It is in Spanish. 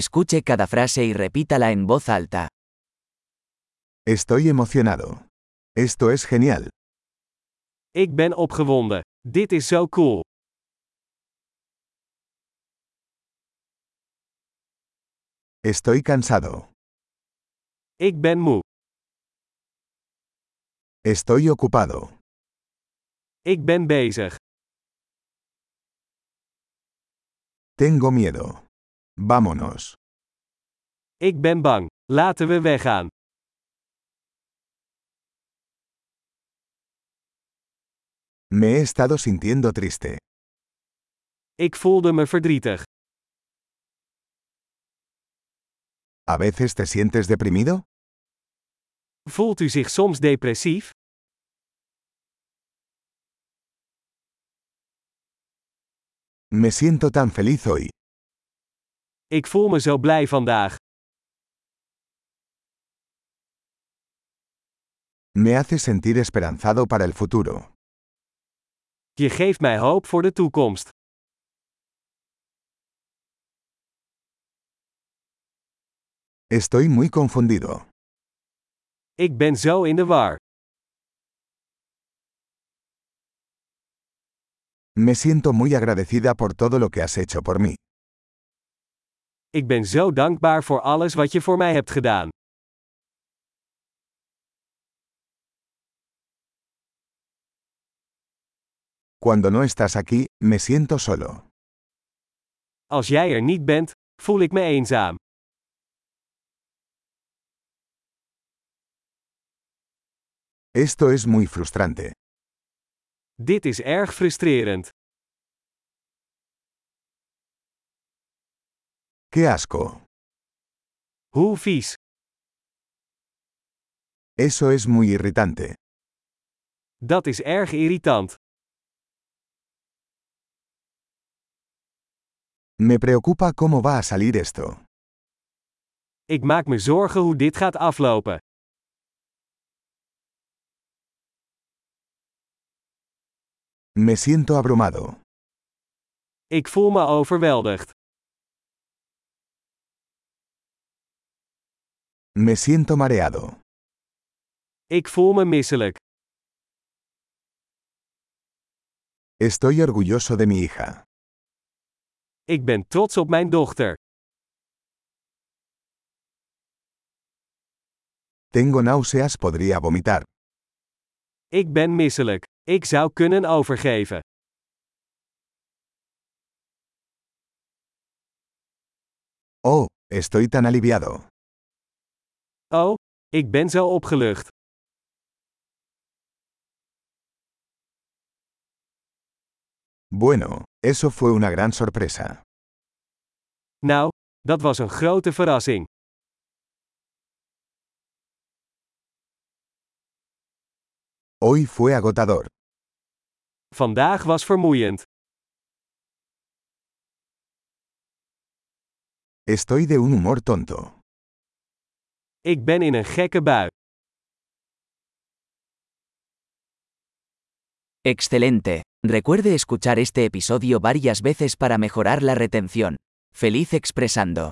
Escuche cada frase y repítala en voz alta. Estoy emocionado. Esto es genial. Ik ben opgewonden. Dit is zo cool. Estoy cansado. Ik ben moe. Estoy ocupado. Ik ben bezig. Tengo miedo. Vámonos. Ik ben bang. Laten we weggaan. Me he estado sintiendo triste. Ik voelde me verdrietig. ¿A veces te sientes deprimido? Voelt u zich soms depressief? Me siento tan feliz hoy. Ik voel me zo blij vandaag. Me hace sentir esperanzado para el futuro. Je geeft mij hoop voor de toekomst. Estoy muy confundido. Ik ben zo in de war. Me siento muy agradecida por todo lo que has hecho por mí. Ik ben zo dankbaar voor alles wat je voor mij hebt gedaan. Cuando no estás aquí, me siento solo. Als jij er niet bent, voel ik me eenzaam. Esto es muy frustrante. Dit is erg frustrerend. ¡Qué asco! Hoe vies. Eso es muy irritante. Dat is erg irritant. Me preocupa cómo va a salir esto. Ik maak me zorgen hoe dit gaat aflopen. Me siento abrumado. Ik voel me overweldigd. Me siento mareado. Ik voel me misselijk. Estoy orgulloso de mi hija. Ik ben trots op mijn dochter. Tengo náuseas, podría vomitar. Ik ben misselijk. Ik zou kunnen overgeven. Oh, estoy tan aliviado. Oh, ik ben zo opgelucht. Bueno, eso fue una gran sorpresa. Nou, dat was een grote verrassing. Hoy fue agotador. Vandaag was vermoeiend. Estoy de un humor tonto. Ik ben in een gekke bui. Excelente. Recuerde escuchar este episodio varias veces para mejorar la retención. Feliz expresando.